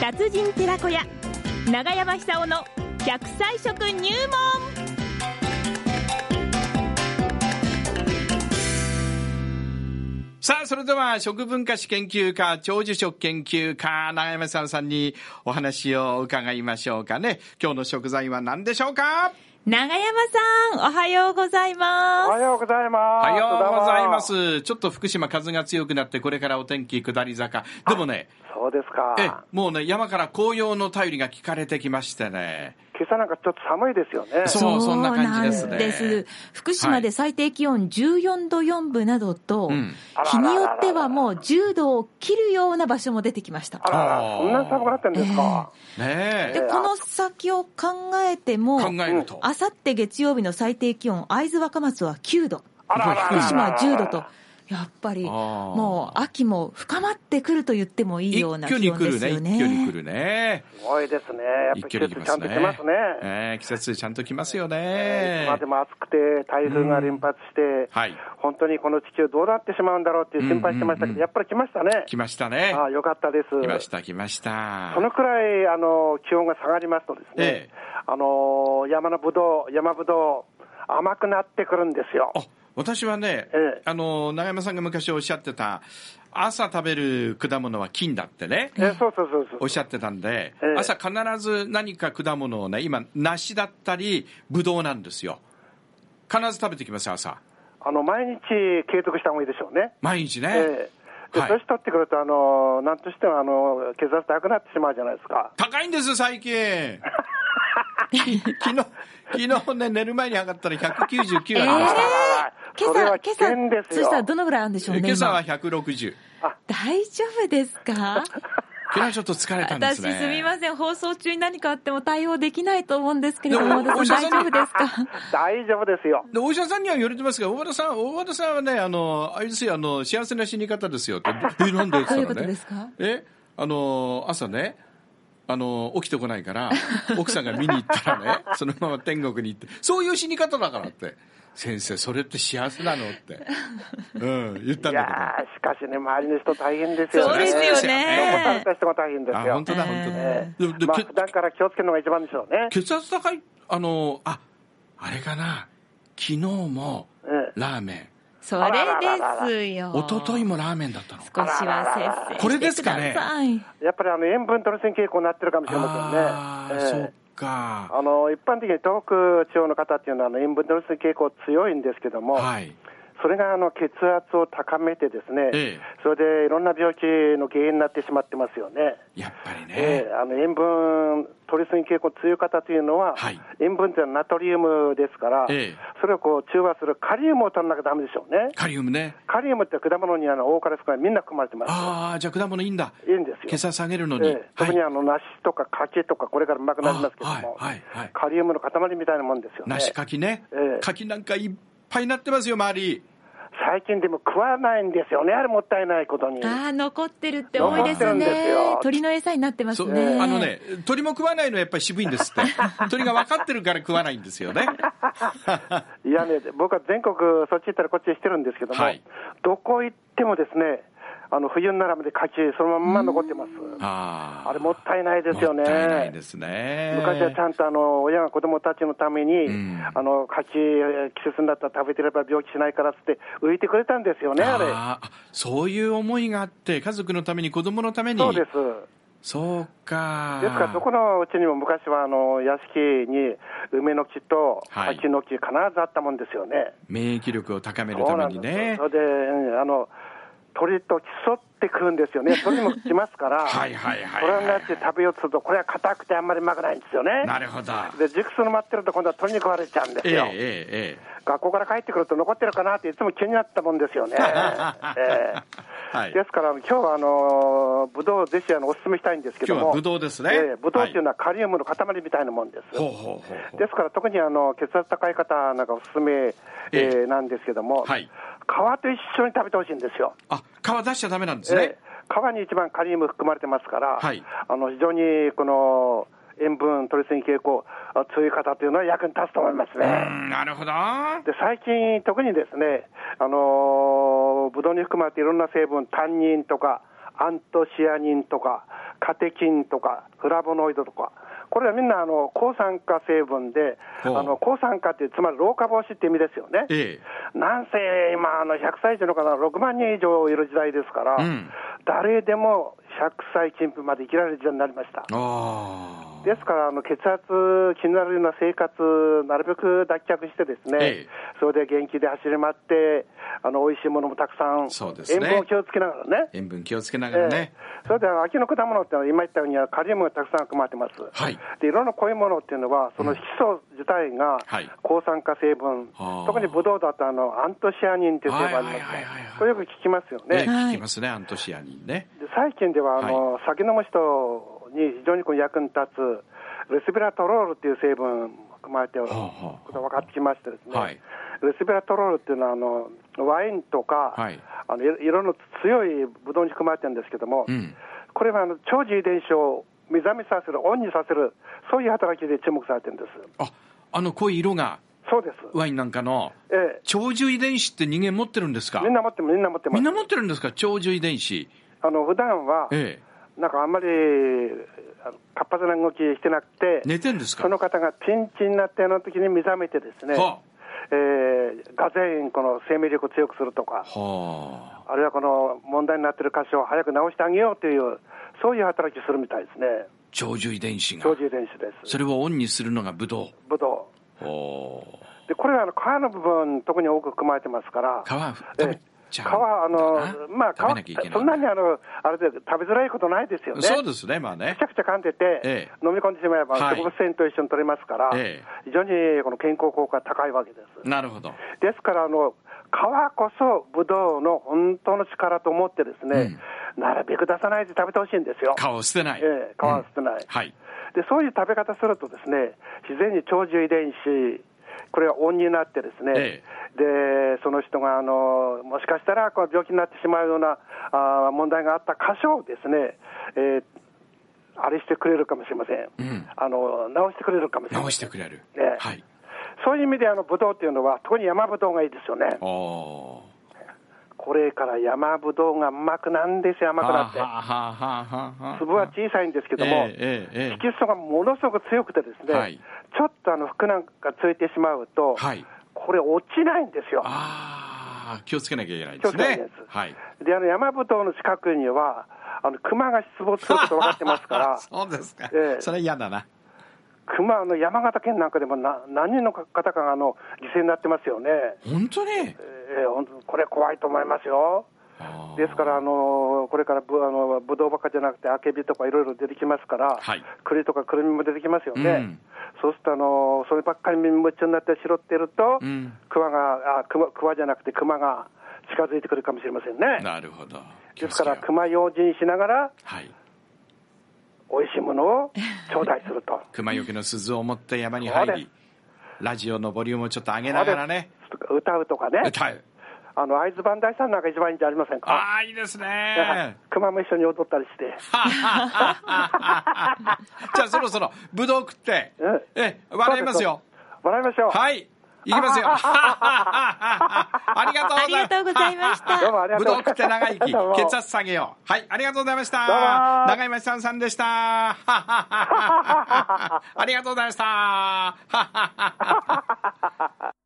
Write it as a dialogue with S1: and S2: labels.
S1: 達人寺子屋長山久夫の百歳食入門
S2: さあ、それでは食文化史研究家、長寿食研究家、長山さんさんにお話を伺いましょうかね。今日の食材は何でしょうか
S1: 長山さんおはようござい
S3: お
S1: ま
S3: はようございます。
S2: お
S3: お
S2: はようございま。す。ちょっと福島風が強くなって、これからお天気下り坂。でもね、
S3: そうです
S2: え
S3: か。、
S2: もうね、山から紅葉の便りが聞かれてきましてね。
S3: 今朝なんかちょっと寒いですよね。
S1: す
S2: そうそんな感じです
S1: そう
S2: ね
S1: なんです福島で最低気温14度4分などと、
S2: うん
S1: 日によってはもう10度を切るような場所も出てきました
S3: あらら
S2: あー
S3: そんなに寒くなってんですか。
S2: ね
S1: で
S2: え、
S3: え
S1: この先を考えても
S2: 考えると。
S1: あさって月曜日の最低気温、会津若松は9度、
S3: あららら
S1: 福
S3: ら
S1: 島は10度と、やっぱり
S2: あー
S1: もう秋も深まってくると言ってもいい
S2: 一
S1: ような
S2: 挙
S1: 気
S2: に
S1: 温
S2: 来
S1: で
S2: る
S1: す
S2: ね、
S1: よ
S2: 一
S1: ね。
S2: 挙に来るね。
S3: すごいですね。やっ
S2: 一
S3: ぱ
S2: 挙に
S3: 季
S2: 来
S3: 節
S2: ま
S3: ちゃ
S2: す
S3: ん
S2: ね。
S3: と来ますね。
S2: ええ季節ちゃんと来ますよ
S3: えーいつま
S2: ね
S3: で。も暑くて、台風が連発して、
S2: はい。
S3: 本当にこの地球どうなってしまうんだろうっていう心配してましたけ
S2: うんうんうん
S3: ど、やっぱり来ましたね。
S2: 来ましたね。
S3: ああ、よかったです。
S2: 来ました、来ました。
S3: そのくらい、あの、気温が下がりますとです
S2: ええ
S3: ね、あの、山のぶどう、山ぶどう、甘くなってくるんですよ。
S2: あ私はね、
S3: ええ
S2: あの、長山さんが昔おっしゃってた、朝食べる果物は金だってね、
S3: えそうそうそうそう。
S2: おっしゃってたんで、
S3: ええ
S2: 朝必ず何か果物をね、今、梨だったり、ぶどうなんですよ。必ず食べてきますよ、朝。
S3: あの毎日継続した方がいいでしょうね。
S2: 毎日ね。
S3: ええで
S2: はい
S3: 年取ってくると、あのなんとしてもあの血圧高くなってしまうじゃないですか。
S2: 高いんですよ、最 近。き昨日、昨日ね、寝る前に上がったら199
S1: え
S2: ありまし
S1: ー
S2: た。
S1: 今
S3: それ
S1: 朝
S3: は、危険
S1: 今
S3: で
S1: 朝、
S3: す
S1: そ
S3: よ
S1: したらどのぐらいあるんでしょうね、
S2: 今朝は
S1: 今。
S2: 160。
S1: 大丈夫ですか
S2: 昨日はちょっと疲れたんで
S1: 私
S2: す
S1: す
S2: ね。
S1: みません、放送中に何かあっても対応できないと思うんですけれども、
S2: でも
S1: 小田さん大丈夫ですか
S3: 大丈夫ですよ。
S2: で、お医者さんには言われてますが、大和田さん、大和田さんはね、あの、あれですよ、あの、幸せな死に方ですよって。え、なんでって言った
S1: ど
S2: らね。
S1: ういうことですか
S2: え、あの、朝ね、あの、起きてこな いから、奥さんが見に行ったらね、そのまま天国に行って、そういう死に方だからって。先生、それって幸せなのって。うん、言ったん
S3: い
S2: だ
S3: や
S2: けど。
S3: ー、しかしね、周りの人大変ですよね。
S1: そうですよね
S3: 残された人が大変です
S2: あ、
S3: よ
S2: 本。当だ、本当だ。
S3: え
S2: でで
S3: まあ、
S2: け
S3: 普段から気をつけるのが一番でしょうね。
S2: 血圧高い、あの、あ、あれかな、昨日も
S3: ええ
S2: ラーメン、
S1: それですよ。
S2: 一昨日もラーメンだったの。
S1: 少しは節制してください。
S2: これですかね
S3: やっぱりあの塩分取りすぎ傾向になってるかもしれま
S2: あ
S3: せん
S2: あ、
S3: ね。
S2: そ
S3: え
S2: う
S3: え
S2: か。
S3: あの一般的に東北地方の方っていうのはあの塩分取りすぎ傾向強いんですけども、
S2: はい。
S3: それがあの血圧を高めてですね、
S2: ええ
S3: それでいろんな病気の原因になってしまってますよね。
S2: やっぱりね
S3: ええ。あの塩分取りすぎ傾向強い方というのは、
S2: はい
S3: 塩分というのはナトリウムですから、
S2: ええ
S3: それをこう中和するカリウムを取らなきゃダメでしょうね。
S2: カリウムね。
S3: カリウムって果物にあの多かれ少ないみんな含まれてます。
S2: ああ、じゃあ果物いいんだ。
S3: いいんです
S2: 血
S3: よ。
S2: 圧下げるのに。
S3: ええ特にあの梨とか柿とかこれからうまくなりますけども、
S2: あはいはいはい
S3: カリウムの塊みたいなもんですよね。
S2: 梨柿ね
S3: え。え
S2: 柿なんかいっぱいなってますよ、周り。
S3: 最近でも食わないんですよね。あれもったいないことに。
S1: ああ、残ってるって多いです
S3: 残ってるんです
S1: ね
S3: よ。
S1: 鳥の餌になってます
S2: そう、
S1: ね。
S2: あのね、鳥も食わないのはやっぱり渋いん ですって。鳥が分かってるから食わないんですよね。
S3: いやね、僕は全国、そっち行ったらこっちしてるんですけども、
S2: はい
S3: どこ行ってもですね、あの冬にならまで柿、そのまんま残ってます。
S2: ああ。
S3: あれもったいないですよね。
S2: もったいないですね。
S3: 昔はちゃんとあの親が子供たちのために、
S2: うん
S3: あの柿、季節になったら食べてれば病気しないからっつって、浮いてくれたんですよね、あれ。
S2: あーあそういう思いがあって、家族のために、子供のために。
S3: そうです。
S2: そうか。
S3: ですから、どこのうちにも昔はあの屋敷に梅の木と
S2: はい
S3: 柿の木、必ずあったもんですよね。
S2: 免疫力を高める
S3: そ
S2: た
S3: うな
S2: め
S3: んで
S2: に
S3: す
S2: ね
S3: そ。れで、うんあの、鳥と競ってくるんです よね。鳥も来ますから。
S2: はいはいはいはい
S3: これになって食べようとすると、これは硬くてあんまりうまくないんですよね。
S2: なるほど。
S3: で、熟すの待ってると今度は鳥に食われちゃうんです
S2: えええ
S3: よ。
S2: えええ
S3: 学校から帰ってくると残ってるかなっていつも気になったもんで すよね。ええ
S2: はい
S3: ですから、今日はあの、ぶどうぜひあのお勧めしたいんですけども。
S2: 今日はぶどうですね
S3: ええぶどうっていうのはカリウムの塊みたいなもんです。
S2: ほうほうほうほう。
S3: ですから特にあの血圧高い方なんかおすすめ、えーなんですけども、
S2: はい
S3: 皮と一緒に食べてほしいんですよ。
S2: あ、皮出しちゃダメなんですね
S3: え。ー皮に一番カリウム含まれてますから、
S2: はい
S3: あの非常にこの塩分取りすぎ傾向、あ強い方というのは役に立つと思います
S2: う
S3: ね。
S2: ん、なるほど。
S3: で最近、特にですね、あのーブドウに含まれていろんな成分、タンニンとか、アントシアニンとか、カテキンとかフラボノイドとか、これはみんなあの抗酸化成分で、あ
S2: ほう
S3: の抗酸化って、つまり老化防止って意味ですよね。
S2: え
S3: なんせ今、あの100歳以上の方が6万人以上いる時代ですから、
S2: え。うん。
S3: 誰でも100歳近辺まで生きられる時代になりました。
S2: ああ。
S3: ですからあの、血圧、気になるような生活、なるべく脱却して、です
S2: ええ
S3: ね、それで元気で走り回って、あの美味しいものもたくさん、
S2: そうですね
S3: 塩分を気をつけながらね、
S2: 塩分気をつけながら
S3: え
S2: ね
S3: え。それで秋の果物ってのは、今言ったようにカリウムがたくさん含まれてます。
S2: はい。
S3: で色の濃いものっていうのは、その色素自体が
S2: はい
S3: 抗酸化成分、
S2: あー
S3: 特にブドウだとあのアントシアニンっていう成分がありますね
S2: はいはいはいはいはい
S3: これよく聞きますよ
S2: ええ
S3: ね。
S1: はい
S2: 聞きますね、アントシアニンね。
S3: で最近ではあの、酒飲む人に非常にこう役に立つレスベラトロールっていう成分も含まれておる
S2: はあはあ
S3: ことが分かってきましてですね、
S2: はい
S3: レスベラトロールっていうのはあのワインとか、
S2: はい
S3: あの色の強いブドウに含まれてるんですけども、
S2: うん。
S3: これはあの長寿遺伝子を目覚めさせる、オンにさせる、そういう働きで注目されてるんです。
S2: あ、あの濃い色が
S3: そうです。
S2: ワインなんかの
S3: え
S2: 長寿遺伝子って人間持ってるんですか
S3: え、みんな持ってます、みんな持ってま
S2: み
S3: す。
S2: んな持ってるんですか長寿遺伝子。
S3: あの普段は、
S2: え
S3: なんかあんまりあの活発な動きしてなくて
S2: え。、寝てんですか
S3: その方がピンチになったような時に目覚めてですね、
S2: は
S3: えーがぜんこの生命力を強くするとか、
S2: あ。はあ。
S3: あるいはこの問題になってる箇所を早く直してあげようという、そういう働きをするみたいですね、
S2: 長寿遺伝子が
S3: 長。寿遺伝子です
S2: そ。れをオンにするのがブド
S3: ブドウ
S2: ウ。お
S3: でこれはあの皮の部分、特に多く含まれてますから、
S2: 皮食
S3: え
S2: べ
S3: え
S2: ち
S3: 皮、
S2: ゃう
S3: あの、まあ、
S2: 食べなきゃいけ
S3: 皮、
S2: ない
S3: そんなにあの、あれで食べづらいことないですよね。
S2: そうですねまあね
S3: くちゃくちゃ噛んで
S2: え
S3: て、飲み込んでしまえば、
S2: はい
S3: 植物繊維と一緒に取れますから、
S2: え
S3: 非常にこの健康効果が高いわけです。
S2: なるほど
S3: ですから、あの、皮こそブドウの本当の力と思ってですね、なるべく出さないで食べてほしいんですよ。
S2: 皮を捨てない、
S3: ええ皮は捨てない、
S2: はい
S3: で、そういう食べ方するとですね、自然に長寿遺伝子、これが温になってですね、
S2: え
S3: で、その人が、あの、もしかしたら、この病気になってしまうような、あー問題があった箇所をですね、えーあれしてくれるかもしれません。
S2: うん
S3: あの、直してくれるかもしれま
S2: 直し
S3: せん。
S2: てくれる、
S3: ええ
S2: はい
S3: そういう意味で、あの、ブドウっていうのは、特に山ぶどうがいいですよね。
S2: おー
S3: これから山ぶどうが甘くなんですよ、甘くなって。
S2: はあはあはあはあはあ
S3: 粒は小さいんですけども、
S2: ええええええ
S3: 色素がものすごく強くてですね、
S2: はい
S3: ちょっとあの服なんかついてしまうと、
S2: はい
S3: これ落ちないんですよ。
S2: ああ気をつけなきゃいけないです
S3: 気をつけなきゃいけ
S2: ね
S3: ないです
S2: はい
S3: で、あの山ぶどうの近くには、あの熊が出没すること分かってますから、
S2: そうですか、
S3: ええ
S2: それ嫌だな
S3: 熊あの山形県なんかでもな何人の方かがあの犠牲になってますよね。
S2: 本当に
S3: えー本当これ怖いと思いますよ。
S2: あー
S3: ですから、あのこれからぶあのぶどうばっかじゃなくて、あけびとかいろいろ出てきますから、
S2: はい
S3: 栗とかくるみも出てきますよね、
S2: うん
S3: そうすると、あのそればっかりに夢中になって拾ってると、
S2: うん
S3: 熊があ熊、熊じゃなくて熊が近づいてくるかもしれませんね。
S2: なるほど気
S3: で
S2: をつ
S3: す
S2: け
S3: か
S2: よう
S3: ら、熊用心しながら、
S2: はい
S3: 美味しいもの を頂戴すると。
S2: 熊よけの鈴を持って山に
S3: そう
S2: 入
S3: で
S2: りラジオのボリュームをちょっと上げながらね
S3: 歌うとかね、
S2: 歌う
S3: あの会津磐梯さんなんか一番いいんじゃありませんか、
S2: ああいいですね
S3: 熊も一緒に踊ったりして、
S2: じゃあそろそろぶどう食って
S3: うん、
S2: え笑いますよ
S3: 笑いましょう、
S2: はいいきますよありがとう
S1: ありがとうございました。
S3: どうもありが
S2: ぶ
S3: とう
S2: どう
S3: ござ
S2: 食
S3: いま
S2: っ
S3: して
S2: 長生
S3: た。
S2: き
S3: どうも
S2: 血圧下げようはいありがとうございました
S3: どうも
S2: 長山久夫さんでした ありがとうございました